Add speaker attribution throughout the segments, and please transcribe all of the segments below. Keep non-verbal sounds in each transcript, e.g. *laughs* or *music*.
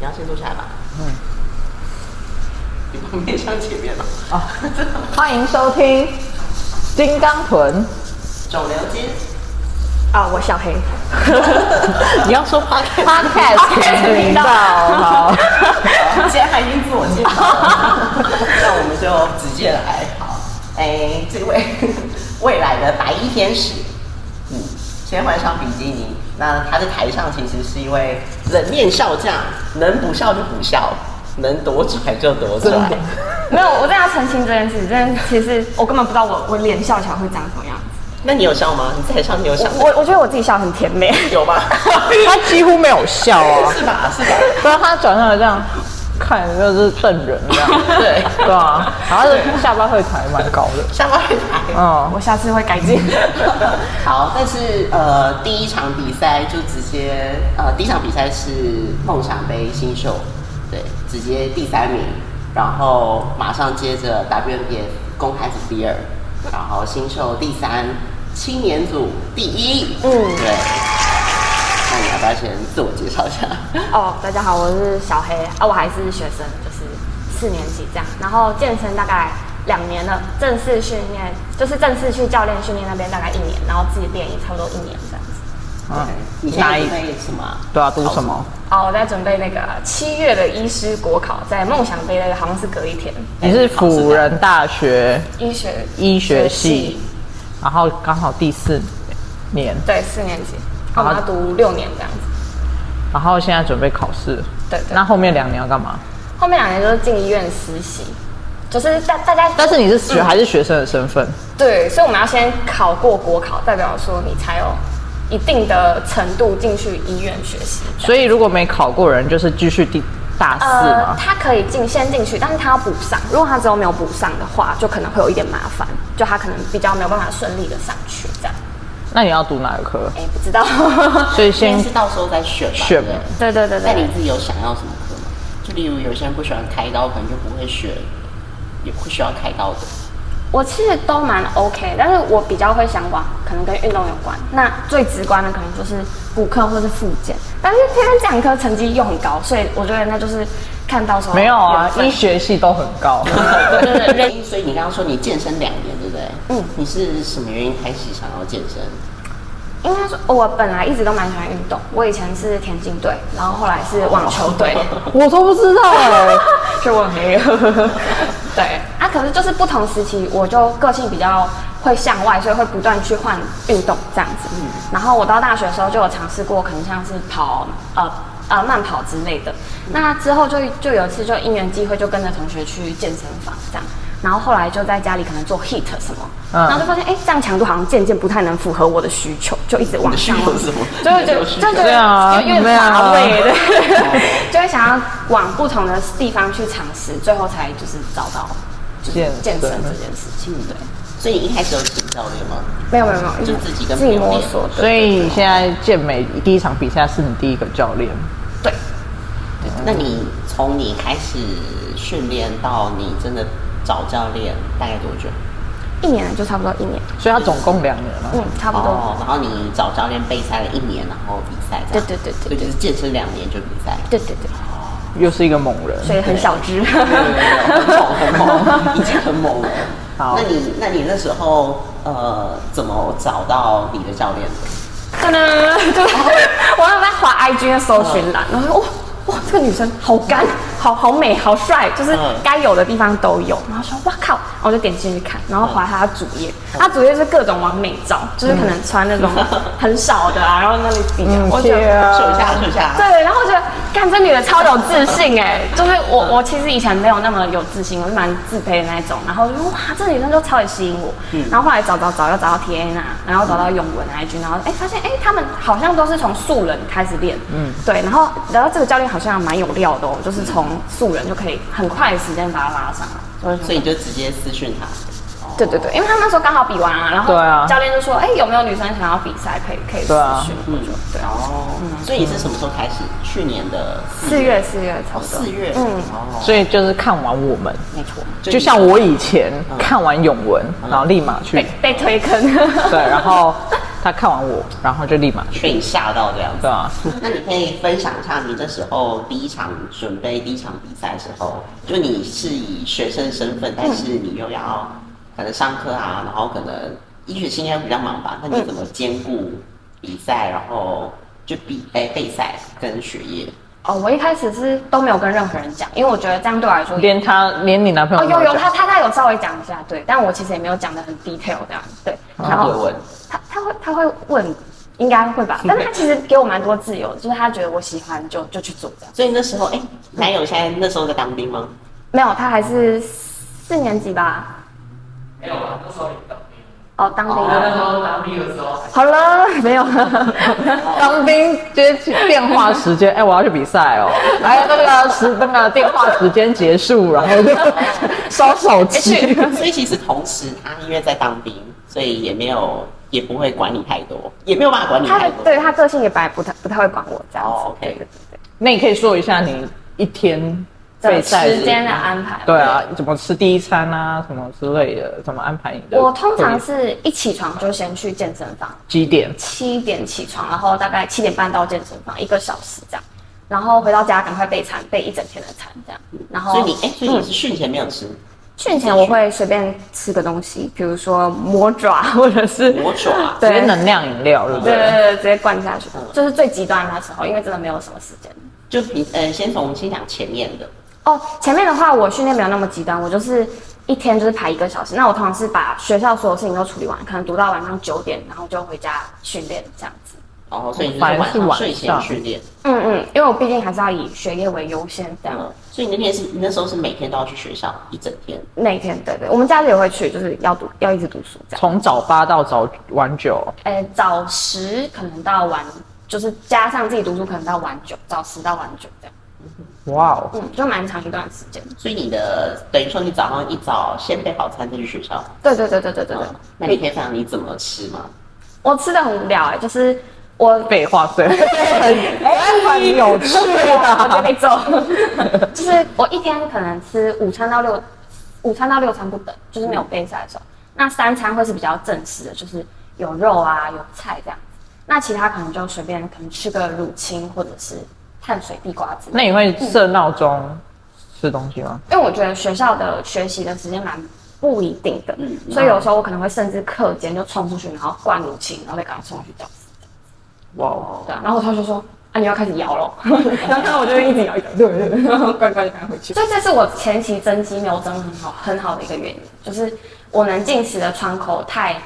Speaker 1: 要先坐下来吧。
Speaker 2: 嗯，
Speaker 1: 你把面向前面嘛。
Speaker 2: 哦，欢迎收听《金刚臀
Speaker 1: 肿瘤肌，
Speaker 3: 啊，我小黑，
Speaker 1: 你要说 p o d》
Speaker 2: *laughs* Podcast 频道，好，
Speaker 1: 既然他已经自我介绍了，那我们就直接来。好，哎，这位未来的白衣天使，嗯，先换上比基尼。那他在台上其实是一位冷面笑匠，能不笑就不笑，能躲拽就躲
Speaker 2: 真
Speaker 1: 拽
Speaker 2: 的。
Speaker 3: 没有，我正要澄清这件事，真的，其实我根本不知道我我脸笑起来会长什么样子。
Speaker 1: 那你有笑吗？你在台上你有笑？
Speaker 3: 我我我觉得我自己笑很甜美，
Speaker 1: 有吗？
Speaker 2: *laughs*
Speaker 1: *laughs*
Speaker 2: 他几乎没有笑啊，
Speaker 1: 是吧？是 *laughs* 吧？
Speaker 2: 不然啊他转上来这样看，就是正人 *laughs* 这样，
Speaker 1: 对
Speaker 2: 对啊，然后他的下巴会抬蛮高的，
Speaker 1: 下巴会抬。
Speaker 2: 嗯，
Speaker 3: *laughs* 我下次会改进。
Speaker 1: *laughs* 好，但是呃，第一场比赛就直接呃，第一场比赛是梦想杯新秀，对，直接第三名，然后马上接着 WNBA 公开组第二，然后新秀第三，青年组第一，嗯，对。那你要不要先自我介绍一下？
Speaker 3: *laughs* 哦，大家好，我是小黑啊，我还是学生，就是四年级这样，然后健身大概两年了，正式训练就是正式去教练训练那边大概一年，然后自己练也差不多一年这样子。
Speaker 2: 嗯
Speaker 1: *laughs* 你现在准备什么啊？
Speaker 2: 对啊，读什么？
Speaker 3: 哦，我在准备那个七月的医师国考，在梦想杯那个好像是隔一天，
Speaker 2: 你是辅仁大学
Speaker 3: 医学
Speaker 2: 医学系，然后刚好第四年，
Speaker 3: 对，四年级，哦我们要读六年这样子。
Speaker 2: 然后现在准备考试，
Speaker 3: 对对
Speaker 2: 那后面两年要干嘛？
Speaker 3: 后面两年就是进医院实习，就是大大家，
Speaker 2: 但是你是学、还是学生的身份？
Speaker 3: 对，所以我们要先考过国考，代表说你才有一定的程度进去医院学习。
Speaker 2: 所以如果没考过人，就是继续第大四
Speaker 3: 呃
Speaker 2: 嘛，。
Speaker 3: 他可以进先进去，但是他要补上。如果他之后没有补上的话，就可能会有一点麻烦，就他可能比较没有办法顺利的上去这样。
Speaker 2: 那你要读哪个科？
Speaker 3: 哎，不知道。
Speaker 2: 所以
Speaker 1: 应
Speaker 2: 先
Speaker 1: 该是到时候再选吧。
Speaker 2: 选
Speaker 1: 对不对
Speaker 3: 对对对
Speaker 1: *laughs* 那
Speaker 3: 对
Speaker 1: 你，自己有想要什么科吗？就例如有些人不喜欢开刀，可能就不会学，也不需要开刀
Speaker 3: *laughs*
Speaker 1: 的。
Speaker 3: 我其实都蛮 OK，但是我比较会想往可能跟运动有关。那最直观的可能就是骨科或是复健，但是偏偏这两科成绩又很高，所以我觉得那就是看到时候
Speaker 2: 没有啊
Speaker 3: 缘，分
Speaker 2: 医学系都很
Speaker 3: *laughs*
Speaker 2: 高。
Speaker 1: 对对对。所以你刚刚说你健身两年，对不对？
Speaker 3: 嗯。
Speaker 1: 你是什么原因开始想要健身？
Speaker 3: 应该说，我本来一直都蛮喜欢运动，我以前是田径队，然后后来是网球队，
Speaker 2: *laughs* 我都不知道哎、
Speaker 1: *laughs*
Speaker 3: 是网黑。 *laughs* 对啊，可是就是不同时期，我就个性比较会向外，所以会不断去换运动这样子。
Speaker 1: 嗯
Speaker 3: 然后我到大学的时候就有尝试过，可能像是跑呃呃慢跑之类的。那之后就就有一次就因缘机会，就跟着同学去健身房这样。然后后来就在家里可能做 HIT 什么，
Speaker 2: 嗯
Speaker 3: 然后就发现哎，这样强度好像渐渐不太能符合我的需求，就一直
Speaker 1: 你
Speaker 3: 往
Speaker 1: 的需
Speaker 3: 上
Speaker 1: 求
Speaker 3: 往
Speaker 1: 是什么？
Speaker 3: 就会觉得就觉
Speaker 2: 对啊
Speaker 3: 得有
Speaker 2: 对
Speaker 3: 点
Speaker 2: 啊
Speaker 3: 乏味，
Speaker 1: 哦
Speaker 3: 对， *laughs* 就会想要往不同的地方去尝试，最后才就是找到就是
Speaker 2: 健
Speaker 3: 健身
Speaker 2: 身
Speaker 3: 这件事情。对，
Speaker 1: 所以你一开始有请教练吗？
Speaker 3: 没有没有没有，
Speaker 1: 嗯就自己跟
Speaker 3: 自己
Speaker 1: 朋友
Speaker 3: 摸
Speaker 1: 练
Speaker 3: 索
Speaker 2: 所
Speaker 3: 的。
Speaker 2: 以你现在健美第一场比赛是你第一个教练，
Speaker 3: 对，
Speaker 1: 对。
Speaker 3: 嗯
Speaker 1: 那你从你开始训练到你真的找教练，大概多久？
Speaker 3: 一年就差不多一年，
Speaker 2: 所以他总共两年了。
Speaker 3: 嗯，差不多。
Speaker 1: 哦，然后你找教练备赛了一年，然后比赛这样。
Speaker 3: 对对对对
Speaker 1: 所以就是健身两年就比赛。
Speaker 3: 对对对，
Speaker 2: 又是一个猛人。
Speaker 3: 所以很小只。
Speaker 1: 很猛，很
Speaker 3: *laughs*
Speaker 1: 猛，已经很猛了。
Speaker 2: 好
Speaker 1: 那你那你那时候呃，怎么找到你的教练的？
Speaker 3: 噔噔，对， *laughs* 我刚刚在滑 IG 的搜寻栏，然后说哇哇，这个女生好干，好好美，好帅，就是
Speaker 1: 嗯
Speaker 3: 该有的地方都有。然后说哇靠，然后我就点进去看，然后滑她的主页，她主页是各种完美照，就是可能穿那种很少的啊，然后那里比较，我觉
Speaker 2: 天
Speaker 3: 得。
Speaker 2: 啊
Speaker 1: 秀一下，秀一下。
Speaker 3: 对，然后我觉得，干这女的超有自信哎、就是我我其实以前没有那么有自信，我是蛮自卑的那一种。然后我就说哇，这女生就超级吸引我。
Speaker 2: 嗯
Speaker 3: 然后后来找找找，又找到 T A 娜，然后找到永文 I G，然后哎发现哎他们好像都是从素人开始练，嗯，对。然后然后这个教练好像蛮有料的哦，就是从素人就可以很快的时间把他拉上来。
Speaker 1: 所以你就直接私讯他。
Speaker 3: 对对对，因为他那时候刚好比完啊，然后
Speaker 2: 对啊
Speaker 3: 教练就说，哎、有没有女生想要比赛可以可以
Speaker 2: 对啊
Speaker 3: 咨询？
Speaker 1: 嗯，对哦。所以你是什么时候开始？去年的
Speaker 3: 四月四月差
Speaker 1: 哦，
Speaker 3: 不多，
Speaker 1: 四月。
Speaker 3: 嗯，
Speaker 1: 哦，
Speaker 2: 所以就是看完我们，
Speaker 1: 没错。
Speaker 2: 就像
Speaker 3: 嗯哎
Speaker 2: 我以前看完永文，然后立马去
Speaker 3: 被被推坑。
Speaker 2: 对，然后他看完我，然后就立马去，
Speaker 1: 被你吓到这样子。
Speaker 2: 对啊，
Speaker 1: *laughs* 那你可以分享一下你这时候第一场准备第一场比赛的时候，就你是以学生身份，但是你又要可能上课啊，然后可能医学系应该比较忙吧，
Speaker 3: 嗯
Speaker 1: 那你怎么兼顾比赛，然后就比哎备赛跟学业？
Speaker 3: 哦，我一开始是都没有跟任何人讲，因为我觉得这样对我来说也
Speaker 2: 连他连你男朋
Speaker 3: 哦
Speaker 2: 友都
Speaker 3: 有有
Speaker 2: 讲
Speaker 3: 他他他有稍微讲一下，对，但我其实也没有讲的很 detail 这样，对，然
Speaker 1: 他会
Speaker 3: 后
Speaker 1: 问，
Speaker 3: 他他会他会问。应该会吧，但是他其实给我蛮多自由的，就是他觉得我喜欢就就去做这样。
Speaker 1: 所以那时候哎，男友现在那时候在当兵吗？
Speaker 3: 没有，他还是四年级吧？
Speaker 4: 没有啊，那时候也当兵，
Speaker 3: 哦，当兵
Speaker 4: 那
Speaker 3: 的。
Speaker 4: 时候当兵的时候还
Speaker 3: 好了，没有了。
Speaker 2: *laughs* 当兵接起电话时间，哎、我要去比赛
Speaker 3: *laughs*
Speaker 2: 哦，还有那个时那个电话时间结束，然后就烧手
Speaker 3: 哎
Speaker 2: 机。
Speaker 1: 所以其实同时他因为在当兵，所以也没有也不会管你太多，也没有办法管你
Speaker 3: 他
Speaker 1: 太
Speaker 3: 的
Speaker 1: 多。
Speaker 3: 对他个性也本来不太不太会管我这样子。
Speaker 1: 哦，OK
Speaker 3: 对对对
Speaker 2: *laughs* 那你可以说一下你一天备
Speaker 3: 对，
Speaker 2: 赛
Speaker 3: 时间的安排。
Speaker 2: 对啊，怎么吃第一餐啊，什么之类的，怎么安排你的？
Speaker 3: 我通常是一起床就先去健身房，
Speaker 2: 几点？
Speaker 3: 七点起床，然后大概七点半到健身房，一个小时这样，然后回到家赶快备餐，备一整天的餐这样。然后
Speaker 1: 所以你哎，
Speaker 3: 嗯
Speaker 1: 所以你是训前没有吃
Speaker 3: 训前我会随便吃个东西，比如说魔爪或者是
Speaker 1: 魔爪，啊
Speaker 2: 直接能量饮料，对不
Speaker 3: *laughs* 对嗯对
Speaker 2: 对？
Speaker 3: 对，直接灌下去，就是最极端的时候，因为真的没有什么时间。
Speaker 1: 就平呃，先从先讲前面的，
Speaker 3: 哦，前面的话我训练没有那么极端，我就是一天就是排一个小时。那我通常是把学校所有事情都处理完，可能读到晚上九点，然后就回家训练这样子。
Speaker 1: 然哦后所以就是
Speaker 2: 反而
Speaker 1: 晚
Speaker 2: 是
Speaker 1: 上
Speaker 2: 晚
Speaker 1: 睡前
Speaker 2: 上
Speaker 1: 训练，
Speaker 3: 嗯嗯，因为我毕竟还是要以学业为优先这样。
Speaker 1: 嗯，所以你那天是你那时候是每天都要去学校一整天，
Speaker 3: 那一天，对对，我们假日也会去，就是要读，要一直读书这样。
Speaker 2: 从早八到早晚九，
Speaker 3: 呃，早十可能到晚，就是加上自己读书可能到晚九，早十到晚九这样。
Speaker 2: 哇哦！
Speaker 3: 嗯，就蛮长一段时间。
Speaker 1: 所以你的等于说你早上一早先备好餐再去学校，
Speaker 3: 对对对对对对对，
Speaker 1: 嗯，那你可以分享你怎么吃吗？
Speaker 3: 我吃的很无聊哎、就是我
Speaker 2: 废话，虽然 *laughs* 很很有趣
Speaker 3: 哎我
Speaker 2: 啊
Speaker 3: 就。被揍。
Speaker 2: *laughs*
Speaker 3: 就是我一天可能吃午餐到六，午餐到六餐不等，就是没有备菜的时候。那三餐会是比较正式的，就是有肉啊，有菜这样子。那其他可能就随便，可能吃个乳清或者是碳水地瓜子。
Speaker 2: 那你会设闹钟吃东西吗？
Speaker 3: 嗯因为我觉得学校的学习的时间蛮不一定的，
Speaker 1: 嗯
Speaker 3: 所以有时候我可能会甚至课间就冲出去，然后灌乳清，然后再赶快冲去教室。
Speaker 2: 哇哦！
Speaker 3: 对啊，然后我同学说啊，你要开始摇了，然后看到我就会一直摇一摇，对对对，然后乖乖就赶回去。所以这是我前期增肌没有增很好很好的一个原因，就是我能进食的窗口太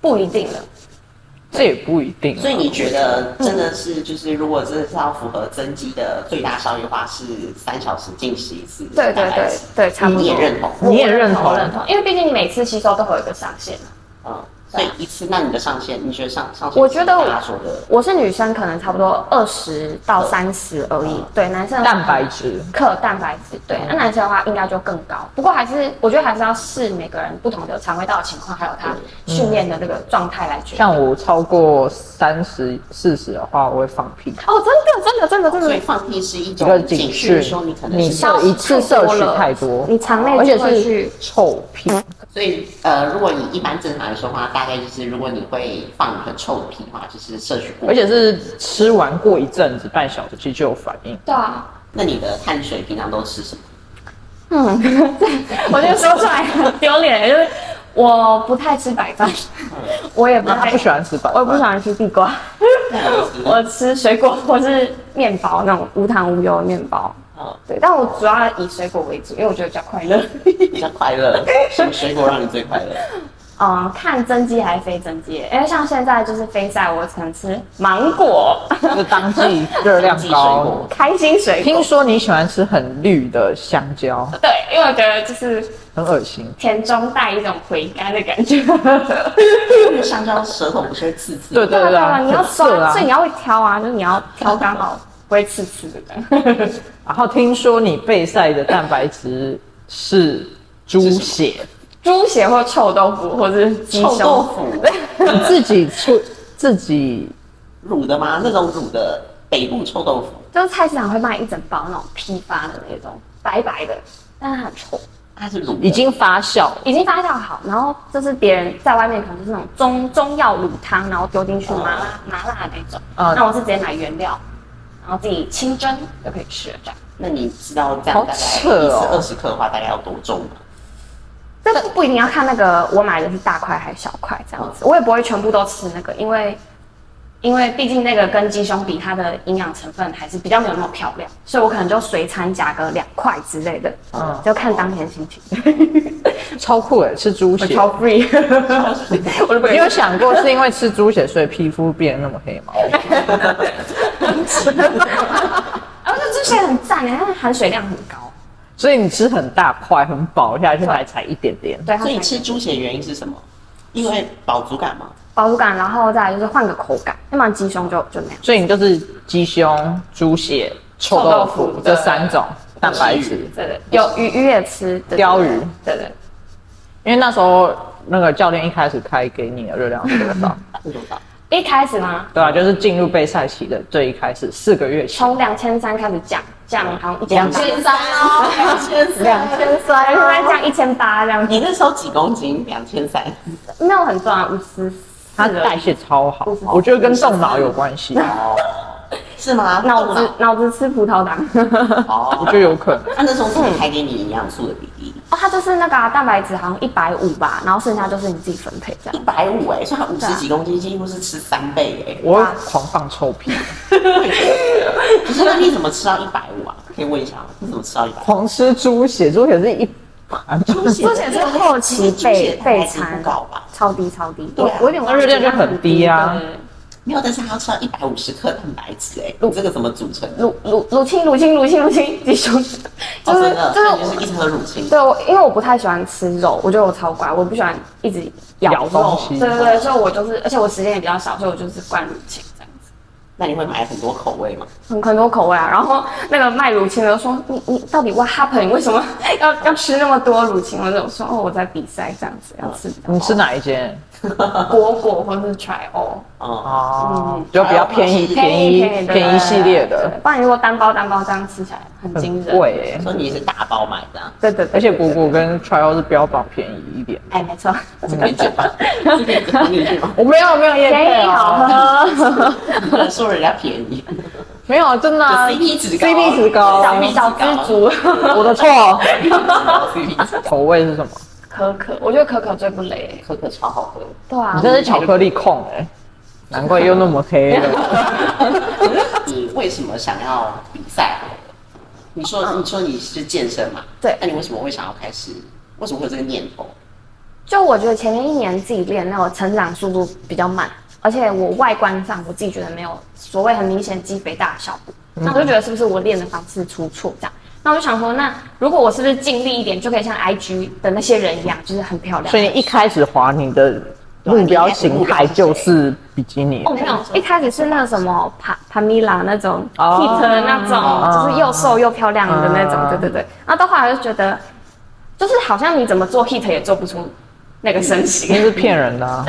Speaker 3: 不一定了。
Speaker 2: *laughs* 这也不一定啊。
Speaker 1: 所以你觉得真的是就是如果真的是要符合增肌的最大效益的话，是三小时进食一次，
Speaker 3: 对对
Speaker 1: 大概
Speaker 3: 对嗯
Speaker 1: 是
Speaker 3: 对，差不多。
Speaker 1: 你也认同，
Speaker 2: 你也认同
Speaker 3: 我认同，因为毕竟每次吸收都会有一个上限嘛。
Speaker 1: 嗯，所以一次那你的上限，你觉得上上限
Speaker 3: 我觉得
Speaker 1: 是
Speaker 3: 我
Speaker 1: 大家说的
Speaker 3: 我是女生，可能差不多二十到三十而已。对，男生的话
Speaker 2: 蛋白质
Speaker 3: 克蛋白质，对，那男生的话应该就更高。不过还是我觉得还是要视每个人不同的肠胃道的情况，还有他训练的这个状态来决定。
Speaker 2: 像我超过三十、四十的话，我会放屁。
Speaker 3: 哦，真的，真的，真的，真
Speaker 1: 所以
Speaker 3: 的。
Speaker 1: 放屁是一
Speaker 2: 一个
Speaker 1: 种警
Speaker 2: 警
Speaker 1: 讯，
Speaker 2: 讯
Speaker 1: 说你可，能
Speaker 2: 你
Speaker 1: 是
Speaker 2: 摄一次摄取太多，
Speaker 3: 你肠内
Speaker 2: 而且
Speaker 3: 就会去
Speaker 2: 是臭屁。
Speaker 1: 所以呃，如果你一般正常来说的话，大概就是如果你会放很臭的屁的话，就是摄取过，
Speaker 2: 而且是吃完过一阵子，半小时其实就有反应。
Speaker 3: 对啊，
Speaker 1: 那你的碳水平常都吃什么？
Speaker 3: 嗯， *laughs* 我就说出来很丢脸，就是我不太吃白饭，我也不
Speaker 2: 嗯那他
Speaker 3: 太
Speaker 2: 不喜，欢吃白
Speaker 3: 我也不喜
Speaker 2: 饭，
Speaker 3: 欢吃地瓜，我吃水果或是面包那种无糖无油的面包。
Speaker 2: 嗯
Speaker 1: 哦，
Speaker 3: 对，但我主要以水果为主，因为我觉得比较快
Speaker 2: *laughs*
Speaker 3: 乐。
Speaker 1: 比较快乐，什么水果让你最快乐？
Speaker 3: 嗯，看增肌还是非增肌？因为像现在就是非赛，我可能吃芒果、 *laughs*
Speaker 2: 就当季热量
Speaker 1: 当季水
Speaker 2: 高
Speaker 1: 果。
Speaker 3: 开心水
Speaker 2: *laughs* 听
Speaker 3: 果。
Speaker 2: 说你喜欢吃很绿的香蕉，
Speaker 3: 对，因为我觉得就是
Speaker 2: 很恶心。
Speaker 3: 甜中带一种回甘的
Speaker 2: *laughs*
Speaker 3: 感觉。
Speaker 1: 因为香蕉舌头不是会刺刺
Speaker 2: 对
Speaker 1: 的，
Speaker 2: 对对啊，
Speaker 3: 你要
Speaker 2: 很涩
Speaker 3: 抓，
Speaker 2: 啊
Speaker 3: 所以。你要会挑啊，就是你要挑刚好不会刺刺的这样。
Speaker 2: 然后听说你备赛的蛋白质是猪血，
Speaker 3: *laughs* 猪血或臭豆腐，或是鸡
Speaker 1: 臭豆
Speaker 3: 胸。
Speaker 1: 腐
Speaker 2: 你自己出 *laughs* 自己
Speaker 1: 卤的吗？那种卤的北部臭豆腐，
Speaker 3: 就是菜市场会卖一整包那种批发的那种白白的，但是它很臭。
Speaker 1: 它是卤的
Speaker 2: 已经发酵了。
Speaker 3: 已经发酵好，然后就是别人在外面可能就是那种中中药卤汤，然后丢进
Speaker 2: 哦
Speaker 3: 去麻辣麻辣那种。
Speaker 2: 嗯
Speaker 3: 那我是直接买原料，然后自己清蒸就可以吃了。这样
Speaker 1: 那你知道这样大概一
Speaker 2: 好扯
Speaker 1: 次
Speaker 2: 哦
Speaker 1: 二十克的话，大概要多重吗？
Speaker 3: 这不不一定要看那个我买的是大块还是小块这样子，我也不会全部都吃那个，因为因为毕竟那个跟鸡胸比，它的营养成分还是比较没有那么漂亮，所以我可能就随餐夹个两块之类的，
Speaker 2: 嗯
Speaker 3: 就看当天心情，
Speaker 2: 超酷哎，吃猪
Speaker 3: 我
Speaker 2: 血。
Speaker 3: 超 free，我就不 *laughs*
Speaker 2: 你有
Speaker 3: 用
Speaker 2: 想过是因为吃猪血所以皮肤变得那么黑 *laughs* 吗？
Speaker 3: 然哦后这之前很赞哎，它的含水量很高，
Speaker 2: 所以你吃很大块很饱下去还才一点点。
Speaker 3: 对，它
Speaker 1: 所以
Speaker 3: 才
Speaker 1: 吃猪血原因是什么？因为饱足感嘛。
Speaker 3: 饱足感，然后再来就是换个口感，要不然鸡胸就就那样。
Speaker 2: 所以你就是鸡胸、猪血、臭豆
Speaker 3: 臭豆
Speaker 2: 腐
Speaker 3: 腐
Speaker 2: 这三种蛋白
Speaker 1: 吃
Speaker 2: 质
Speaker 1: 鱼。
Speaker 3: 对对，有鱼鱼也吃，对对
Speaker 2: 鲷
Speaker 3: 对
Speaker 2: 鱼
Speaker 3: 对对，
Speaker 2: 因为那时候那个教练一开始开给你的热量是多少？
Speaker 1: 会多少？
Speaker 3: 一开始呢，
Speaker 2: 对啊，就是进入备赛期的最一开始四个月前。
Speaker 3: 从两千三开始降，降好像
Speaker 1: 两
Speaker 3: 一千八，
Speaker 1: 千三哦，两千三，嗯两千。
Speaker 3: 三，现在降一千八这样子，
Speaker 1: 你那时候几公斤？两千三，
Speaker 3: 没有很重啊，五十
Speaker 2: 它代谢超好，我觉得跟动脑有关系，
Speaker 1: 是吗？
Speaker 3: 脑
Speaker 1: 动
Speaker 3: 子脑子吃葡萄糖， *laughs*
Speaker 1: 脑
Speaker 2: *laughs*
Speaker 1: 哦，
Speaker 2: 我觉得有可能。
Speaker 1: 他那时候怎么开给你营养素的比例？
Speaker 3: 哦，它就是那个啊、蛋白质好像一百五吧，然后剩下就是你自己分配这
Speaker 1: 一
Speaker 3: 样。
Speaker 1: 百五哎，所以他五
Speaker 3: 啊
Speaker 1: 十几公斤，几乎是吃三倍
Speaker 3: *laughs*
Speaker 1: 哎、
Speaker 2: 我会狂放臭屁，
Speaker 1: 可是那你怎么吃到一百五啊？可以问一下吗？你怎么吃到一百？
Speaker 2: 狂吃猪血，猪血是一盘，
Speaker 1: 猪
Speaker 3: 血是后期备备
Speaker 1: 不
Speaker 3: 餐
Speaker 1: 高吧？
Speaker 3: 超低超低，
Speaker 1: 对啊
Speaker 3: *laughs* 我我有点忘记
Speaker 2: 那热量就很低啊
Speaker 3: 对对对
Speaker 1: 没有，但是他要吃到一百五十克蛋白质哎、你这个怎么组成的？
Speaker 3: 乳乳乳清乳清乳清乳清 *laughs* 鸡胸，就
Speaker 1: 哦，
Speaker 3: 是
Speaker 1: 真的，
Speaker 3: 就
Speaker 1: 那
Speaker 3: 是
Speaker 1: 你就是一直喝乳清。
Speaker 3: 对我，因为我不太喜欢吃肉，我觉得我超乖，我不喜欢一直咬
Speaker 2: 咬东
Speaker 3: 肉，
Speaker 2: 西
Speaker 3: 对对对，所以我就是，而且我时间也比较少，所以我就是灌乳清这样子，
Speaker 1: 那你会买很多口味吗？
Speaker 3: 很很多口味啊。然后那个卖乳清的说，你你到底 what happened？你为什么 *laughs* 要要吃那么多乳清？我就说哦，我在比赛这样子，要吃比较多呃
Speaker 2: 你吃哪一间？
Speaker 3: 果果或者是 try all。
Speaker 1: 哦、
Speaker 2: 哦，就比较偏宜便宜
Speaker 3: 对
Speaker 2: 便宜系列
Speaker 3: 对
Speaker 2: 的，
Speaker 3: 不然如果单包单包这样吃起来很惊
Speaker 2: 很
Speaker 3: 人，
Speaker 2: 贵耶。
Speaker 1: 所以你是大包买的、
Speaker 3: *laughs*
Speaker 1: 啊，
Speaker 3: 对对对，
Speaker 2: 而且谷谷跟 trial 是标榜便宜一点。
Speaker 3: 哎没错，
Speaker 2: 嗯
Speaker 1: 这可以讲
Speaker 3: *laughs*
Speaker 1: 吗？这可以讲进去吗？ *laughs*
Speaker 2: 我没有没有夜
Speaker 3: 便
Speaker 2: 配
Speaker 3: 宜好
Speaker 2: 哦，
Speaker 3: 喝，
Speaker 1: 不能说人家便宜，
Speaker 2: *laughs* 没有真的啊
Speaker 1: 就 CP 值高
Speaker 2: CP 值高，
Speaker 1: 小米
Speaker 3: 小知足。
Speaker 2: *laughs* 我的
Speaker 1: *laughs*
Speaker 2: 错。
Speaker 1: CP 值高，
Speaker 2: 口味是什么？
Speaker 3: 可可，我觉得可可最不雷。
Speaker 1: 可可超好喝。 *laughs*
Speaker 3: 对啊
Speaker 2: 你，真是巧克力控哎、难怪又那么黑了。 *laughs*
Speaker 1: 你为什么想要比赛？你说
Speaker 2: 嗯
Speaker 1: 你说你是健身嘛？
Speaker 3: 对
Speaker 1: 那你为什么会想要开始？为什么会有这个念头？
Speaker 3: 就我觉得前面一年自己练，那我成长速度比较慢，而且我外观上我自己觉得没有所谓很明显肌肥大的效果，
Speaker 2: 嗯
Speaker 3: 那我就觉得是不是我练的方式出错这样？那我就想说，那如果我是不是尽力一点，就可以像 IG 的那些人一样，就是很漂亮？
Speaker 2: 所以你一开始滑，你的目标形态就是比基尼啊
Speaker 3: 哦，。没有，一开始是那个什么帕帕米拉那种
Speaker 2: 哦
Speaker 3: Kit 的那种，
Speaker 2: 哦
Speaker 3: 就是又瘦又漂亮的那种，
Speaker 2: 嗯
Speaker 3: 对对对。然后到后来就觉得，就是好像你怎么做 Hit 也做不出那个身
Speaker 2: 那
Speaker 3: 形，
Speaker 2: 是骗人的、 *laughs* 啊。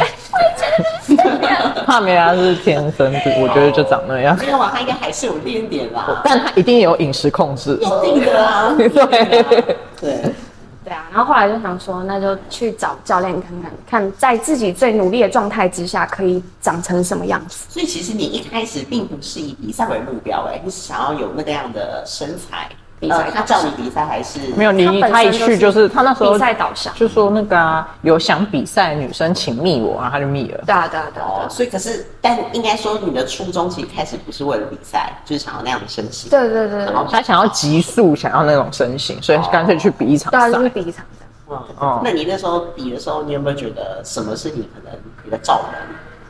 Speaker 2: 帕梅拉是天生的，我觉得就长那样，
Speaker 1: 没有啊，他应该还是有练点啦，
Speaker 2: 但他一定有饮食控制。
Speaker 1: 一定的
Speaker 2: *laughs*
Speaker 1: 啊。
Speaker 2: 对，
Speaker 1: 对，
Speaker 3: 对啊。然后后来就想说，那就去找教练看看，看在自己最努力的状态之下可以长成什么样子。
Speaker 1: 所以其实你一开始并不是以比赛为目标、哎，你是想要有那个样的身材。
Speaker 3: 比赛
Speaker 1: 呃他叫你比赛还是
Speaker 2: 没有你他一去就是他那时候
Speaker 3: 比赛导
Speaker 1: 哦
Speaker 3: 向，
Speaker 2: 就说那个啊，有想比赛的女生请密我，然后他就密了。
Speaker 3: 对啊对啊对啊。对
Speaker 1: 哦
Speaker 3: 啊，
Speaker 1: 所以可是，但应该说你的初衷其实开始不是为了比赛，就是想要那样的身形。
Speaker 3: 对对对啊
Speaker 1: 哦
Speaker 3: 对，
Speaker 2: 他想要极速，想要那种身形，所以干脆去比一场
Speaker 3: 对啊，
Speaker 2: 赛
Speaker 3: 就。是比一场这样。
Speaker 1: 嗯，那你那时候比的时候，你有没有觉得什么是你可能你的罩门？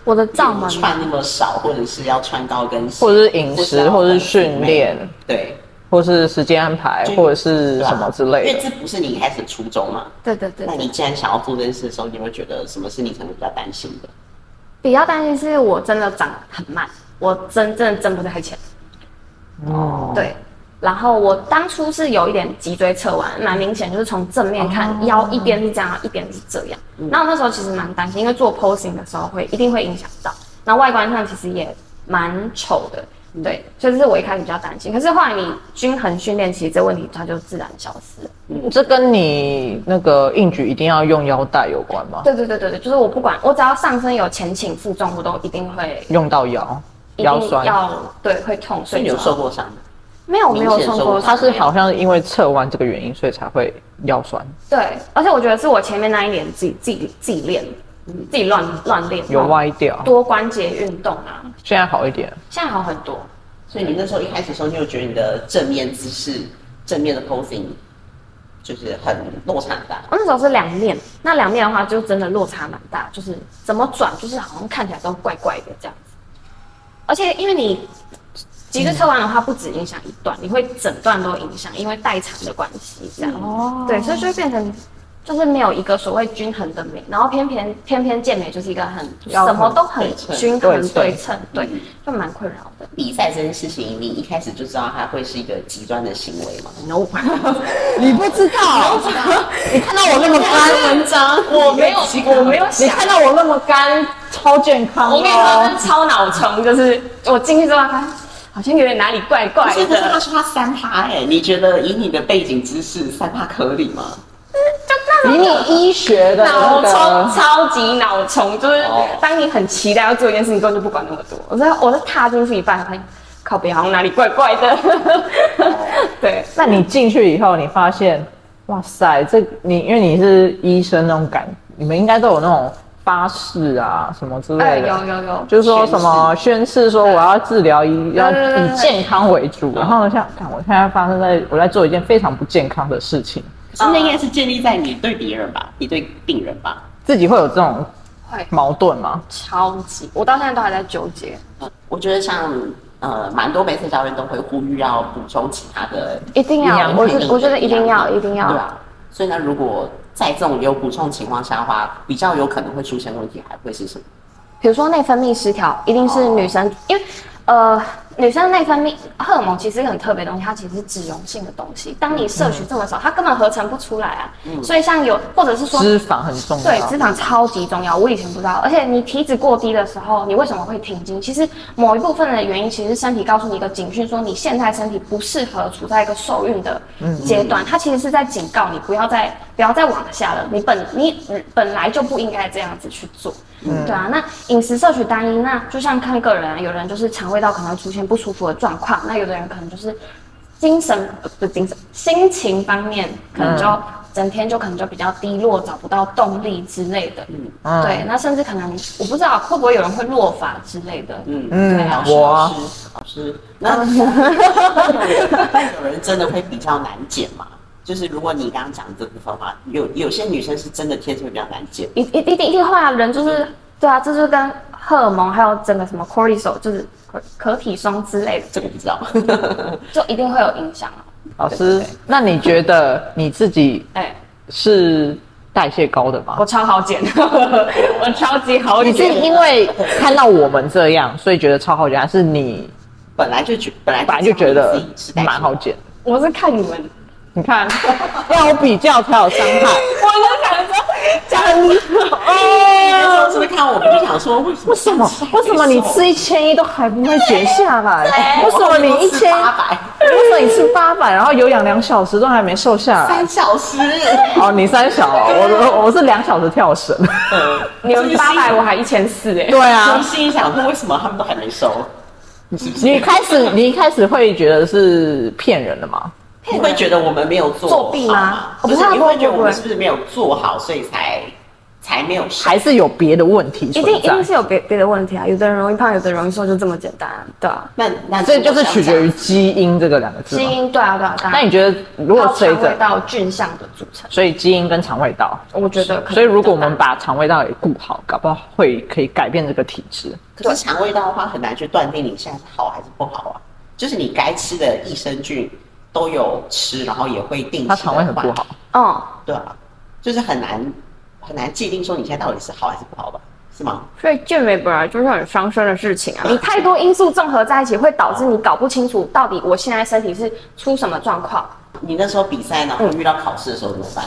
Speaker 3: 我的罩门
Speaker 1: 穿那么少，或者是要穿高跟鞋，
Speaker 2: 或者是饮食，或者是训练，
Speaker 1: 对，
Speaker 2: 或是时间安排，
Speaker 1: 就
Speaker 2: 或者是什么之
Speaker 1: 因
Speaker 2: 类
Speaker 1: 为
Speaker 2: 的。
Speaker 1: 这不是你一开始初衷嘛？
Speaker 3: 对对对
Speaker 1: 那
Speaker 3: 对。
Speaker 1: 你既然想要做这件事的时候，你会觉得什么是你可能比较担心的？
Speaker 3: 比较担心是我真的长得很慢，我真正挣不太钱。
Speaker 2: 哦，
Speaker 3: 对，然后我当初是有一点脊椎侧弯，蛮明显，就是从正面看，腰一边是这样，一边是这样。那我那时候其实蛮担心，因为做 posing 的时候会一定会影响到，然后外观上其实也蛮丑的。对，所以这是我一开始比较担心。可是后来你均衡训练，其实这问题它就自然消失了。
Speaker 2: 这跟你那个硬举一定要用腰带有关吗？
Speaker 3: 对对对对对，就是我不管，我只要上身有前倾负重，我都一定会
Speaker 2: 用到腰，
Speaker 3: 一
Speaker 2: 腰
Speaker 3: 定
Speaker 2: 酸。
Speaker 3: 要对会痛，
Speaker 1: 所
Speaker 3: 所
Speaker 1: 以
Speaker 3: 以
Speaker 1: 你有
Speaker 3: 就
Speaker 1: 受过伤吗？
Speaker 3: 没有没有
Speaker 1: 明显
Speaker 3: 送
Speaker 1: 受
Speaker 3: 过
Speaker 1: 过
Speaker 3: 伤，
Speaker 2: 他是好像因为侧弯这个原因，所以才会腰酸。
Speaker 3: 对，而且我觉得是我前面那一年自己自己自己练，嗯自己乱乱练，
Speaker 2: 有歪掉，
Speaker 3: 多关节运动啊，
Speaker 2: 现在好一点。
Speaker 3: 现在好很多。
Speaker 1: 所以你那时候一开始的时候，你有觉得你的正面姿势、正面的 posing 就是很落差很大，
Speaker 3: 我那时候是两面，那两面的话就真的落差蛮大，就是怎么转，就是好像看起来都怪怪的这样子。而且因为你脊椎侧弯的话，不只影响一段，你会整段都影响，因为代偿的关系这样。哦、对，所以就会变成就是没有一个所谓均衡的美，然后偏偏偏偏健美就是一个很
Speaker 2: 要
Speaker 3: 什么都很
Speaker 1: 对称
Speaker 3: 均
Speaker 2: 对
Speaker 3: 衡
Speaker 2: 称
Speaker 3: 对称，对
Speaker 1: 嗯，
Speaker 3: 就蛮困扰的。
Speaker 1: 比赛这件事情，你一开始就知道它会是一个极端的行为嘛？
Speaker 3: No，
Speaker 2: 你不知道，你看到我那么干，文章，我
Speaker 3: 没有我没有想
Speaker 2: 你看到我那么干，超健康
Speaker 3: 我跟你说，
Speaker 2: 哦
Speaker 3: 那。超脑冲，就是我进去之后发现好像有点哪里怪怪
Speaker 1: 而且可是
Speaker 3: 的
Speaker 1: 他。说他三趴哎，你觉得以你的背景知识，三趴合理吗？
Speaker 2: 以你医学的
Speaker 3: 脑
Speaker 2: 那
Speaker 3: 冲，
Speaker 2: 个，
Speaker 3: 超级脑冲，就是
Speaker 1: 哦
Speaker 3: 当你很期待要做一件事情之后，就不管那么多。我在我在踏进去一半，发现靠北好像哪里怪怪的。对，
Speaker 2: 那你进去以后，你发现，哇塞，这你因为你是医生那种感，你们应该都有那种巴士啊什么之
Speaker 3: 哎，
Speaker 2: 类的。
Speaker 3: 有有有，
Speaker 2: 就是说什么宣誓说我要治疗以要
Speaker 3: 对对对
Speaker 2: 以
Speaker 3: 对
Speaker 2: 健康为主，然后呢，像看我现在发生在我在做一件非常不健康的事情，
Speaker 1: 可是那应该是建立在你对别人吧，你对病人吧。
Speaker 2: 自己会有这种
Speaker 3: 会
Speaker 2: 矛盾吗？
Speaker 3: 超级，我到现在都还在纠结。
Speaker 1: 嗯我觉得像呃，蛮多美食教练都会呼吁要补充其他的
Speaker 3: 一定要
Speaker 2: 营养，
Speaker 3: 我
Speaker 1: 品
Speaker 3: 觉我觉得一定要，一定
Speaker 1: 对
Speaker 3: 要。
Speaker 1: 啊。所以呢，如果在这种有补充情况下的话，比较有可能会出现问题，还会是什么？
Speaker 3: 比如说内分泌失调，一定是女生，因为呃，女生内分泌荷尔蒙其实是一个很特别的东西，它其实是脂溶性的东西。当你摄取这么少，它根本合成不出来啊。所以像有，或者是说
Speaker 2: 脂肪很重要，
Speaker 3: 对，脂肪超级重要，我以前不知道。而且你体脂过低的时候，你为什么会停经？其实某一部分的原因，其实身体告诉你一个警讯，说你现在身体不适合处在一个受孕的
Speaker 2: 嗯
Speaker 3: 阶段，它其实是在警告你不要再不要再往下了。你本你嗯本来就不应该这样子去做。
Speaker 2: 嗯
Speaker 3: 对啊，那饮食摄取单一，那就像看个人啊，有人就是肠胃道可能会出现不舒服的状况，那有的人可能就是精神呃不是精神，心情方面可能就、
Speaker 2: 嗯
Speaker 3: 整天就可能就比较低落，找不到动力之类的。
Speaker 2: 嗯
Speaker 3: 对，那甚至可能我不知道会不会有人会落发之类的。
Speaker 1: 嗯
Speaker 2: 嗯
Speaker 1: 对，老师，老
Speaker 2: 我啊
Speaker 1: 师，老师，那那有人真的会比较难减吗？就是如果你刚刚讲的这部分的话，有有些女生是真的天生比较难减，
Speaker 3: 一一一定一定会啊，人就是
Speaker 2: 嗯
Speaker 3: 对啊，这就跟荷尔蒙还有整个什么 cortisol 就是可可体松之类的，
Speaker 1: 这个不知道。
Speaker 3: 就一定会有影响啊。
Speaker 2: 老师，那你觉得你自己
Speaker 3: 哎、
Speaker 2: 是代谢高的吗
Speaker 3: 我？超好减， *laughs* 我超级好
Speaker 2: 你是
Speaker 3: 减。
Speaker 2: 因为看到我们这样，所以觉得超好减，还是你
Speaker 1: *laughs* 本来就觉本来
Speaker 2: 本来就觉得
Speaker 1: 自己是代谢
Speaker 2: 蛮好减？
Speaker 3: 我是看你们，
Speaker 2: 你看，要比较才有伤害，
Speaker 3: 我就想说，讲你
Speaker 1: 那时候是不是哎看我们就想说，为什么
Speaker 2: 哦为什么？为什么你吃一千一都还不会减下来？为什么你一千？
Speaker 1: 八百
Speaker 2: 为什么你吃八百，然后有氧两小时都还没瘦下来？
Speaker 1: 三小
Speaker 2: *laughs*
Speaker 1: 时？
Speaker 2: 哦，你三小哦，我我我是两小时跳绳。
Speaker 3: 你们八百，我还一千四哎。
Speaker 2: 对
Speaker 1: 我
Speaker 2: 啊，
Speaker 1: 心里想说，为什么他们都还没收？
Speaker 2: *laughs* 你一开始你一开始会觉得是骗人的吗？
Speaker 1: 你会觉得我们没有做
Speaker 3: 作弊吗
Speaker 1: 好
Speaker 3: 我
Speaker 1: 不
Speaker 3: 不
Speaker 1: 是
Speaker 3: 知道
Speaker 1: 你会觉得
Speaker 3: 会不会
Speaker 1: 我们是不是没有做好，所以才才没有上？
Speaker 2: 还是有别的问题
Speaker 3: 一
Speaker 2: 存
Speaker 3: 定一
Speaker 2: 在
Speaker 3: 定？是有别别的问题啊，有的人容易胖，有的人容易瘦，就这么简单、对啊，
Speaker 1: 那那
Speaker 2: 这就是取决
Speaker 1: 于
Speaker 2: 于基因这个两个字
Speaker 3: 基
Speaker 2: 吗。
Speaker 3: 因对啊对啊，当
Speaker 2: 那
Speaker 3: 然
Speaker 2: 你觉得如果随
Speaker 3: 还有肠
Speaker 2: 着
Speaker 3: 胃，道菌相的组成，
Speaker 2: 所以基因跟肠胃道，
Speaker 3: 我觉得可能
Speaker 2: 所以如果我们把肠胃道也顾好，搞不好会可以改变这个体质。
Speaker 1: 可是肠胃道的话，很难去断定你现在是好还是不好啊。就是你该吃的益生菌都有吃，然后也会定期。
Speaker 2: 他肠胃很不好，，
Speaker 3: 嗯，
Speaker 1: 对啊，就是很难很难界定说你现在到底是好还是不好吧？是吗？
Speaker 3: 所以健美本来就是很伤身的事情啊，你太多因素综合在一起，会导致你搞不清楚到底我现在身体是出什么状况，
Speaker 1: 你那时候比赛，然
Speaker 3: 嗯
Speaker 1: 后遇到考试的时候怎么办？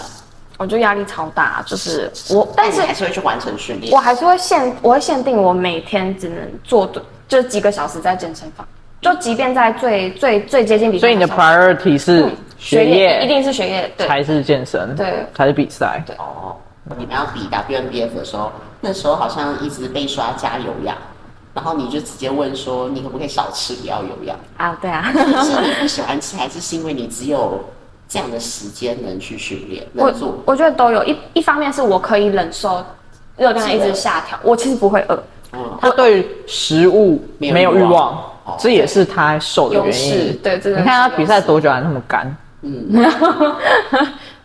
Speaker 3: 我就压力超大，啊就是我，但
Speaker 1: 你
Speaker 3: 是
Speaker 1: 还是会去完成训练
Speaker 3: 我。还是会限，我会限定我每天只能做多，就几个小时在健身房。就即便在最最最接近比赛
Speaker 2: 所
Speaker 3: 的
Speaker 2: 以
Speaker 3: 时
Speaker 2: 你
Speaker 3: 候，
Speaker 2: 的 priority 是学
Speaker 3: 一
Speaker 2: 业，
Speaker 3: 定是嗯学业，对
Speaker 2: 才是健身，
Speaker 3: 对
Speaker 2: 才是比赛。
Speaker 3: 对
Speaker 1: 哦，你们要比 WNBF 的时候，那时候好像一直被刷加有氧，然后你就直接问说，你可不可以少吃，不要有
Speaker 2: *laughs*
Speaker 1: 氧？
Speaker 3: 啊，对啊。
Speaker 1: 是你不喜欢吃，还是是因为你只有这样的时间能去训练，
Speaker 3: 我
Speaker 1: 能做？
Speaker 3: 我觉得都有一一方面是我可以忍受热量一直下调，我其实不会饿，
Speaker 1: 嗯，
Speaker 2: 他对食物没有欲
Speaker 1: 没有欲
Speaker 2: 望
Speaker 1: 望哦，
Speaker 2: 这也是他瘦的
Speaker 3: 优
Speaker 2: 原
Speaker 3: 势
Speaker 2: 因。
Speaker 3: 对，这个
Speaker 2: 你看他比赛多久还那么干？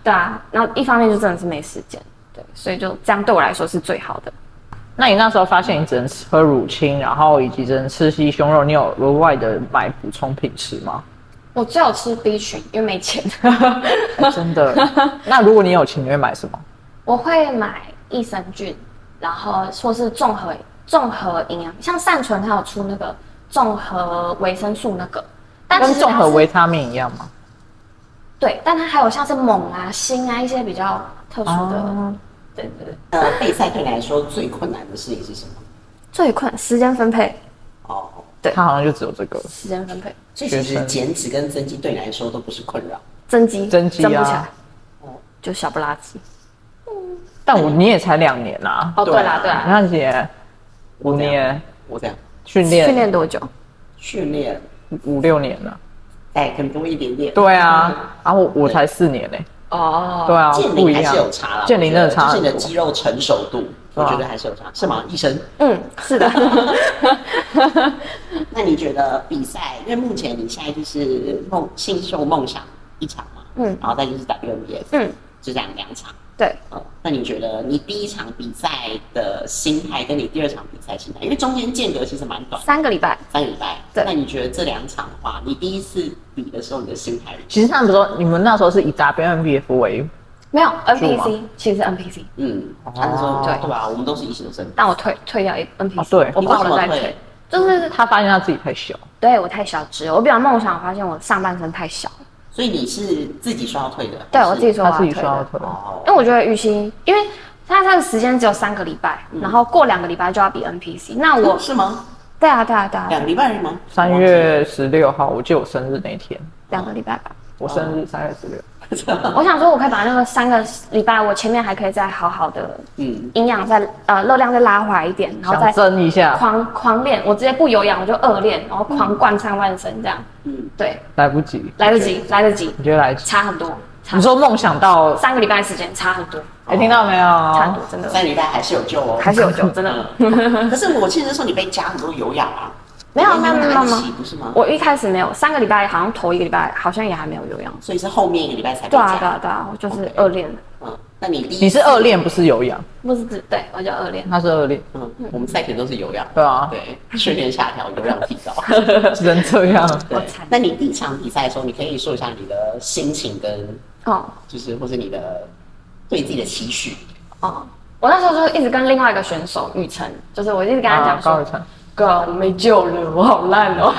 Speaker 3: 对啊，然后一方面就真的是没时间，对，所以就这样对我来说是最好的。
Speaker 2: 那你那时候发现你只能吃喝乳清，然后以及只能吃鸡胸肉，你有额外的买补充品吃吗？
Speaker 3: 我只有吃 B 群，因为没钱。
Speaker 2: 真的？ *laughs* 那如果你有钱，你会买什么？
Speaker 3: 我会买益生菌，然后或是综合综合营养，像善存它有出那个综合维生素那个，但
Speaker 2: 跟
Speaker 3: 其实它
Speaker 2: 综合
Speaker 3: 是
Speaker 2: 维他命一样吗？
Speaker 3: 对，但它还有像是锰啊、锌啊一些比较特殊的，
Speaker 2: 哦
Speaker 3: 对对对。
Speaker 1: 呃，备赛对你来说最困难的事情是什么？
Speaker 3: 最困时间分配，
Speaker 1: 哦，
Speaker 3: 对
Speaker 2: 他好像就只有这个
Speaker 3: 时间分配，
Speaker 1: 所以其
Speaker 2: 学
Speaker 1: 实
Speaker 2: 生
Speaker 1: 减脂跟增肌对你来说都不是困扰。
Speaker 3: 增肌，
Speaker 2: 增肌
Speaker 3: 不起
Speaker 2: 啊
Speaker 3: 来，。哦就小不拉几。
Speaker 2: 但我你也才两年啊，
Speaker 3: 哦，对啦，对
Speaker 2: 你
Speaker 3: 啦，
Speaker 2: 看姐五年
Speaker 1: 我这样
Speaker 2: 训
Speaker 3: 训
Speaker 2: 练
Speaker 3: 练多久？
Speaker 1: 训练，
Speaker 2: 五六年了，
Speaker 1: 哎，可能多一点点。
Speaker 2: 对啊，然后我我才四年呢，
Speaker 3: 哦，
Speaker 2: 对啊，
Speaker 1: 健
Speaker 2: 不
Speaker 1: 龄
Speaker 2: 一
Speaker 1: 还
Speaker 2: 样
Speaker 1: 是有差啦，
Speaker 2: 健龄真的差
Speaker 1: 我觉
Speaker 2: 很
Speaker 1: 得就是你的肌。
Speaker 2: 多
Speaker 1: 肉成熟度，我
Speaker 2: 对啊
Speaker 1: 觉得还是有差，是吗？医生，
Speaker 3: 嗯，是的， *laughs*
Speaker 1: 那你觉得比赛？因为目前你现在就是梦新秀梦想一场嘛，
Speaker 3: 嗯
Speaker 1: 然后再就是 WNBF，
Speaker 3: 嗯，
Speaker 1: 就这样两场。
Speaker 3: 对，
Speaker 1: 嗯，那你觉得你第一场比赛的心态跟你第二场比赛心态，因为中间间隔其实蛮短，
Speaker 3: 三个礼拜，
Speaker 1: 三个礼拜。
Speaker 3: 对
Speaker 1: 那你觉得这两场的话，你第一次比的时候，你的心态如何？
Speaker 2: 其实他们说你们那时候是以 WMBF 为
Speaker 3: 没有
Speaker 2: 住吗
Speaker 3: NPC，其实是 NPC，
Speaker 1: 嗯，他那时候
Speaker 3: 对
Speaker 1: 对吧？啊我们都是一起都生。
Speaker 3: 但我退退掉一
Speaker 2: 哦
Speaker 3: NPC，
Speaker 2: 对
Speaker 3: 我不
Speaker 1: 你为什
Speaker 3: 想
Speaker 1: 么
Speaker 3: 再
Speaker 1: 退
Speaker 3: 退，就是
Speaker 2: 他发现他自己太小，
Speaker 3: 对我太小只了，我比较梦想，我发现我上半身太小了，
Speaker 1: 所以你是自己说要退的？
Speaker 3: 对
Speaker 1: 还是
Speaker 3: 我自己说我
Speaker 2: 他
Speaker 3: 要
Speaker 2: 自己
Speaker 3: 退
Speaker 2: 说要
Speaker 3: 的，
Speaker 2: 退。
Speaker 1: 哦
Speaker 3: 因，为我觉得与其因为。他他的时间只有三个礼拜，
Speaker 2: 嗯
Speaker 3: 然后过两个礼拜就要比 NPC。那我
Speaker 1: 是吗？
Speaker 3: 对啊对啊对啊，
Speaker 1: 嗯两个礼拜而已吗？
Speaker 2: 三月十六号，我记得我生日那天，
Speaker 3: 两个礼拜吧。
Speaker 2: 我生
Speaker 3: 哦
Speaker 2: 日三月十六。
Speaker 3: 我想说，我可以把那个三个礼拜，我前面还可以再好好的
Speaker 1: 嗯，
Speaker 3: 营养再呃热量再拉回来一点，然后
Speaker 2: 想
Speaker 3: 再
Speaker 2: 争一下，
Speaker 3: 狂狂练，我直接不有氧我就恶练，然后狂灌上半身这样，
Speaker 1: 嗯
Speaker 3: 对，
Speaker 2: 来不及，
Speaker 3: 来得及，来得及，
Speaker 2: 你觉得来得及？
Speaker 3: 差很多，差
Speaker 2: 你说梦想到，
Speaker 3: 三个礼拜时间差很多，
Speaker 2: 哎，听到没
Speaker 3: 差很多
Speaker 2: 有？，
Speaker 3: 真
Speaker 1: 三
Speaker 3: 的
Speaker 1: 个礼拜还是有救哦。
Speaker 3: 还是有救，真
Speaker 1: *laughs*
Speaker 3: 的。
Speaker 1: 可是我记得那时候你被加很多有氧啊，
Speaker 3: 没有
Speaker 1: 你
Speaker 3: 没有
Speaker 1: 应该
Speaker 3: 没有没有
Speaker 1: 拿得起不是吗？
Speaker 3: 我一开始没有，三个礼拜好像头一个礼拜好像也还没有有氧，
Speaker 1: 所以是后面一个礼拜才被
Speaker 3: 对啊
Speaker 1: 加。
Speaker 3: 对啊对啊，我就是恶练，
Speaker 1: 嗯，那你第一次
Speaker 2: 你是二练，不是有氧，
Speaker 3: 不是指对我就恶练，
Speaker 2: 他是二练，
Speaker 1: 嗯，我们赛前都是有氧，
Speaker 2: 对啊，
Speaker 1: 对，训练下调，有氧提 *laughs* 高。
Speaker 2: 只能这样。
Speaker 1: 对
Speaker 3: 好惨，
Speaker 1: 那你第一场比赛的时候，你可以说一下你的心情跟
Speaker 3: 哦
Speaker 1: 就是或是你的对自己的期许。
Speaker 3: 哦。我那时候就一直跟另外一个选手雨辰，就是我一直跟他讲
Speaker 2: 啊
Speaker 3: 说，
Speaker 2: 高尔成，
Speaker 3: 哥，我没救了，我好
Speaker 2: *laughs*
Speaker 3: 烂哦。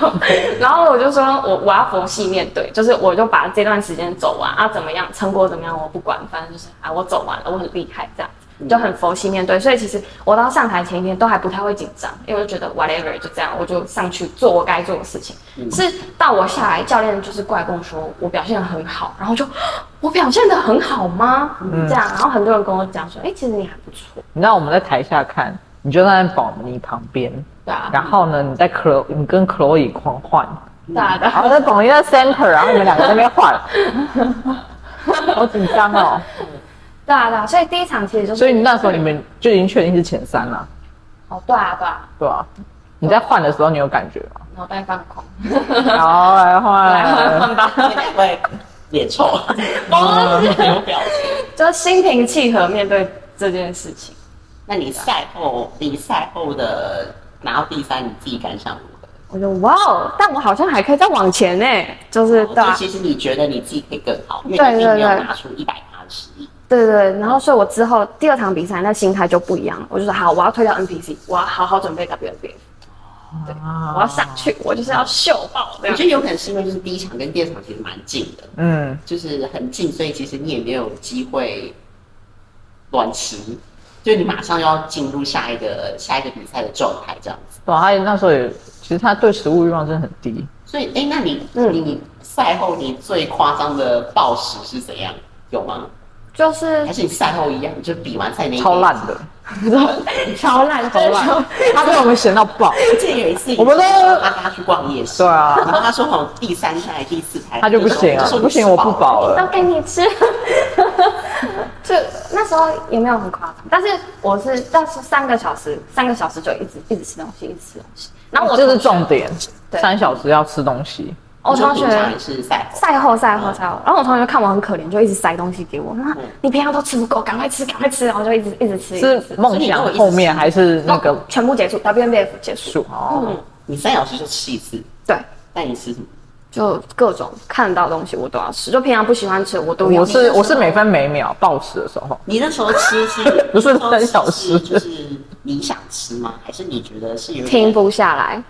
Speaker 3: 然后我就说，我我要佛系面对，就是我就把这段时间走完啊，怎么样，成果怎么样我不管，反正就是啊，我走完了，我很厉害这样。
Speaker 2: 嗯
Speaker 3: 就很佛系面对，所以其实我到上台前一天都还不太会紧张，因为我就觉得 whatever 就这样，我就上去做我该做的事情。
Speaker 2: 嗯
Speaker 3: 是到我下来，教练就是过来跟我说我表现得很好，然后我就啊我表现得很好吗？
Speaker 2: 嗯
Speaker 3: 这样，然后很多人跟我讲说，哎、其实你还不错，
Speaker 2: 你知道我们在台下看，你就站在宝妮旁边，
Speaker 3: 对啊，
Speaker 2: 然后呢，你在 Chloe，你跟 Chloe 狂换，
Speaker 3: 对啊，对啊
Speaker 2: 然后在宝妮在 center，然后你们两个在那边换，
Speaker 3: *laughs*
Speaker 2: 好紧张哦。
Speaker 3: 对啊，对啊，所以第一场其实就是，
Speaker 2: 所以你那时候你们就已经确定是前三了，
Speaker 3: 哦，对啊，对啊，
Speaker 2: 对吧、你在换的时候你有感觉吗？
Speaker 3: 脑袋放
Speaker 2: *laughs*
Speaker 3: 空，
Speaker 2: 好，来换， *laughs*
Speaker 3: 换吧，
Speaker 1: 你
Speaker 2: 啊
Speaker 3: *laughs*
Speaker 1: 该不会脸 *laughs* 臭，有表情。
Speaker 3: 就心平气和面对这件事情。
Speaker 1: 那你赛后，你赛后的拿到第三，你自己感想如何？
Speaker 3: 我就哇哦，但我好像还可以再往前呢，就是对啊
Speaker 1: 哦就，其实你觉得你自己可以更好，因为
Speaker 3: 对
Speaker 1: 你并没有
Speaker 3: 对对
Speaker 1: 拿出一百八十亿。
Speaker 3: 对对对，然后所以我之后第二场比赛那心态就不一样了，我就说好，我要推掉 NPC，我要好好准备 WNBA，对，我要上去，我就是要秀爆这
Speaker 1: 我
Speaker 3: 样
Speaker 1: 觉。得有可能是因为就是第一场跟第二场其实蛮近的，
Speaker 2: 嗯，
Speaker 1: 就是很近，所以其实你也没有机会乱吃，就你马上要进入下一个下一个比赛的状态这样子。
Speaker 2: 对啊，他那时候也其实他对食物欲望真的很低。
Speaker 1: 所以，哎、那你
Speaker 2: 嗯
Speaker 1: 你赛后你最夸张的暴食是怎样？有吗？
Speaker 3: *laughs* 就是
Speaker 1: 还是你赛后一样，就比完赛那一天
Speaker 2: 超烂的，
Speaker 3: *laughs* 超烂，
Speaker 2: 超烂，他被我们闲到爆。
Speaker 1: 我记得有一次，
Speaker 2: 我们都
Speaker 1: 拉他去逛夜市，
Speaker 2: 对啊
Speaker 1: 然后他说好像第三胎、第四胎，
Speaker 2: 他就不行
Speaker 1: 我
Speaker 2: 啊
Speaker 1: 就说，
Speaker 2: 不行，我不饱。
Speaker 3: 都
Speaker 2: 了。
Speaker 3: 给你吃。 *laughs* 就那时候也没有很夸张，但是我是但是三个小时，三个小时就一直一直吃东西，一直吃东西。然后我
Speaker 2: 这
Speaker 3: 同
Speaker 2: 是
Speaker 3: 学
Speaker 2: 重，点，
Speaker 3: 对
Speaker 2: 三小时要吃东西。
Speaker 3: 我哦同
Speaker 1: 你说平常
Speaker 3: 学
Speaker 1: 也是赛后，
Speaker 3: 赛后赛
Speaker 2: 嗯
Speaker 3: 后赛后，然后我同学看我很可怜，就一直塞东西给我，那你平常都吃不够，赶快吃赶快吃，然后就一直一直吃，一
Speaker 2: 是
Speaker 3: 直吃
Speaker 2: 梦想后面还是那个
Speaker 3: 全部结束，WMBF 结束，
Speaker 2: 数？哦，
Speaker 3: 嗯
Speaker 1: 你三小时就吃一次，
Speaker 3: 对。
Speaker 1: 那你吃什么？
Speaker 3: 就各种看得到的东西我都要吃，就平常不喜欢吃我都要
Speaker 2: 我
Speaker 3: 吃。
Speaker 2: 是我是每分每秒暴食的时候，
Speaker 1: 你那时候吃是
Speaker 3: *laughs*
Speaker 2: 不是三小时
Speaker 1: 那时候吃是就是你想吃吗？还是你觉得是有点
Speaker 3: 停？不下来，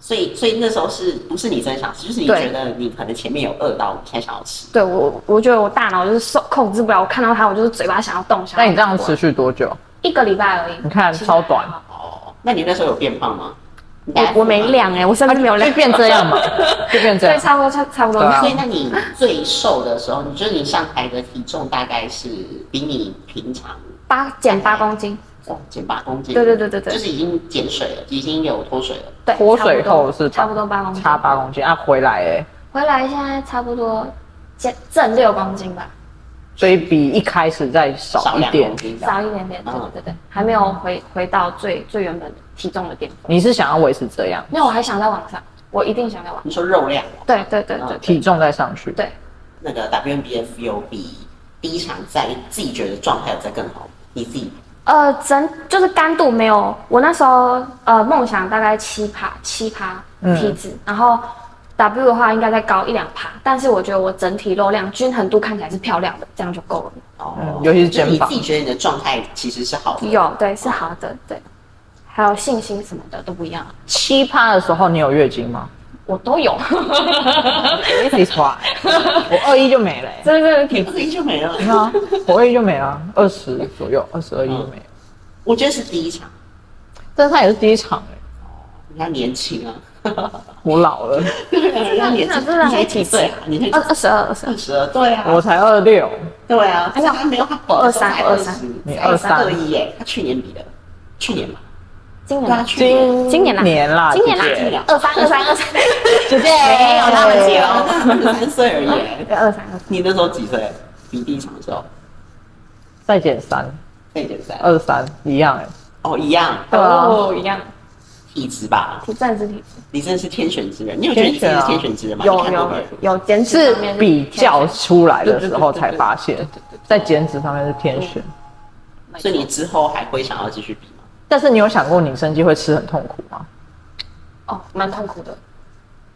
Speaker 1: 所以所以那时候是不是你真想吃？就是你
Speaker 3: 对
Speaker 1: 觉得你可能前面有饿到，你才想要吃。
Speaker 3: 对我我觉得我大脑就是受控制不了，我看到它我就是嘴巴想要动。想
Speaker 2: 那
Speaker 3: 要
Speaker 2: 你这样持续多久？
Speaker 3: 一个礼拜而已，
Speaker 2: 你看
Speaker 3: 其实
Speaker 2: 超短，
Speaker 1: 哦，那你那时候有变胖吗？你还
Speaker 3: 我我没量哎、我甚至没有量，
Speaker 2: 啊就变这
Speaker 3: *laughs*
Speaker 2: 样嘛，就变这
Speaker 3: 对，
Speaker 2: 样。
Speaker 3: 差不多差差不多。
Speaker 2: 对啊
Speaker 1: 所以，那你最瘦的时候，你觉得你上台的体重大概是比你平常
Speaker 3: 八减八公斤，
Speaker 1: 哦减八公斤？
Speaker 3: 对对对对对
Speaker 1: 就是已经减水了，已经有脱水了。
Speaker 3: 对，
Speaker 2: 脱水后是
Speaker 3: 差不多八公斤，
Speaker 2: 差八公斤啊，回来哎，
Speaker 3: 回来现在差不多减正六公斤吧，
Speaker 2: 所以比一开始再少
Speaker 1: 少
Speaker 2: 一
Speaker 1: 两
Speaker 2: 点
Speaker 1: 公。斤这样
Speaker 3: 少一点点，
Speaker 1: 嗯
Speaker 3: 对对对对，还没有回回到最最原本的体重的巅峰，
Speaker 2: 你是想要维持这样，
Speaker 3: 没有，我还想再往上，嗯我一定想再往，
Speaker 1: 你说肉量哦，
Speaker 3: 对对对对
Speaker 2: 体重再上去？
Speaker 3: 对，
Speaker 1: 那个 WNBF 有比第一场在自己觉得状态有在更好，你自己
Speaker 3: 呃，整就是干度没有，我那时候呃梦想大概七趴七趴
Speaker 2: 嗯
Speaker 3: 体脂，然后 W 的话应该再高一两趴，但是我觉得我整体肉量均衡度看起来是漂亮的，这样就够了。
Speaker 1: 哦
Speaker 2: 嗯，尤其是肩
Speaker 1: 那你
Speaker 2: 膀
Speaker 1: 自己觉得你的状态其实是好的。
Speaker 3: 有对是好的，对，还有信心什么的都不一样，啊
Speaker 2: 七趴的时候你有月经吗？
Speaker 3: 我
Speaker 2: *laughs*
Speaker 3: 都有，
Speaker 2: This is why *laughs* 我二一就没了、欸，
Speaker 3: 真的是体
Speaker 1: 自哦己就没了。
Speaker 2: 你看啊，我二一就没了，二十左右，二十二一就没了。
Speaker 1: 我觉得是第一场，
Speaker 2: 但是他也是第一场哎、
Speaker 1: 人家年轻
Speaker 2: *laughs*
Speaker 1: 啊，
Speaker 2: 我老了，
Speaker 1: 人家年轻，
Speaker 3: 真的真的
Speaker 1: 你才几岁啊？你才
Speaker 3: 二二十二二十二
Speaker 1: 二，十二，对啊，
Speaker 2: 我才二六，
Speaker 1: 对啊，
Speaker 3: 哎
Speaker 1: 但
Speaker 3: 呀
Speaker 1: 是他没有他本
Speaker 3: 我23我
Speaker 1: 二
Speaker 3: 23
Speaker 2: 你
Speaker 1: 二
Speaker 2: 23
Speaker 1: 二一耶，他去年比的，去年吧，
Speaker 3: 嗯今
Speaker 1: 对啊，
Speaker 3: 年
Speaker 1: 去年。
Speaker 3: 今年啦
Speaker 2: 年啦，
Speaker 3: 啊今年啦
Speaker 2: 姐姐，
Speaker 3: 二三二三二三， *laughs*
Speaker 2: 姐姐
Speaker 1: 没
Speaker 2: 没
Speaker 1: 有他们结了，二十三岁而已耶。
Speaker 3: 对二三二三，
Speaker 1: 你那时候几岁？比第一场的时候，
Speaker 2: 再减三，
Speaker 1: 那你减三
Speaker 2: 二三一样哎、
Speaker 1: 哦，一样
Speaker 2: 对啊
Speaker 3: 哦一样，
Speaker 1: 体质吧？
Speaker 3: 体正是体质。
Speaker 1: 你真的是天选之人，你有觉得你自己是
Speaker 2: 天选啊
Speaker 1: 天选之人吗？你
Speaker 3: 有
Speaker 1: 看过
Speaker 3: 有
Speaker 1: 别人
Speaker 3: 有减脂
Speaker 2: 是
Speaker 3: 方面
Speaker 2: 比较
Speaker 3: 天选
Speaker 2: 出来的时候才发现，在减脂上面是天选。
Speaker 1: 所以你之后还会想要继续比吗？
Speaker 2: 但是你有想过你生肌会吃很痛苦吗？
Speaker 3: 哦，蛮痛苦的。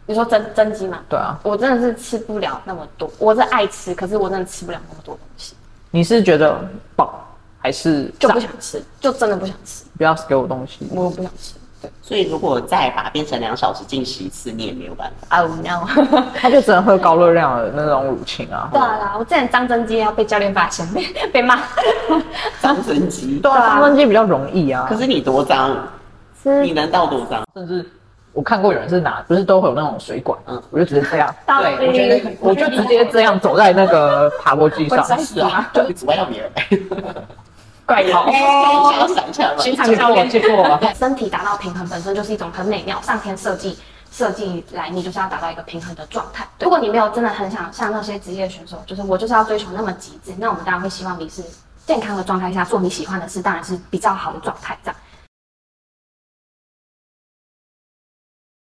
Speaker 3: 你说增增肌嘛？
Speaker 2: 对啊，
Speaker 3: 我真的是吃不了那么多，我是爱吃，可是我真的吃不了那么多东西，
Speaker 2: 你是觉得饱还是
Speaker 3: 就
Speaker 2: 胀
Speaker 3: 不想吃，就真的不想吃，
Speaker 2: 不要给我东西？
Speaker 3: 我不想吃。
Speaker 1: 所以如果再把它变成两小时进食一次，你也没有办
Speaker 3: *laughs*
Speaker 1: 法。
Speaker 3: Oh no！
Speaker 2: 他就只能喝高热量的那种乳清啊。
Speaker 3: 对啊对啊，我之前张增肌要被教练发现，被被骂。
Speaker 1: 张神奇，
Speaker 2: 对啊，增肌比较容易啊。
Speaker 1: 可是你多脏，啊你
Speaker 3: 吃
Speaker 1: 能到多脏？
Speaker 2: 甚至我看过有人是拿，不是都会有那种水管，
Speaker 1: 嗯
Speaker 2: 我就直接这样，
Speaker 3: 到
Speaker 1: 对我觉得很
Speaker 3: 底
Speaker 2: 我就直接这样走在那个爬坡机上
Speaker 3: 会，塞
Speaker 1: 是啊，就会阻碍到别人。*laughs*
Speaker 3: 怪我
Speaker 1: 哦，想起来了，
Speaker 3: 寻常
Speaker 2: 结
Speaker 3: 教
Speaker 2: 果
Speaker 3: 练。
Speaker 2: 结果
Speaker 3: 身体达到平衡本身就是一种很美妙，上天设计设计来，你就是要达到一个平衡的状态。如果你没有真的很想像那些职业选手，就是我就是要追求那么极致，那我们当然会希望你是健康的状态下做你喜欢的事，当然是比较好的状态这样。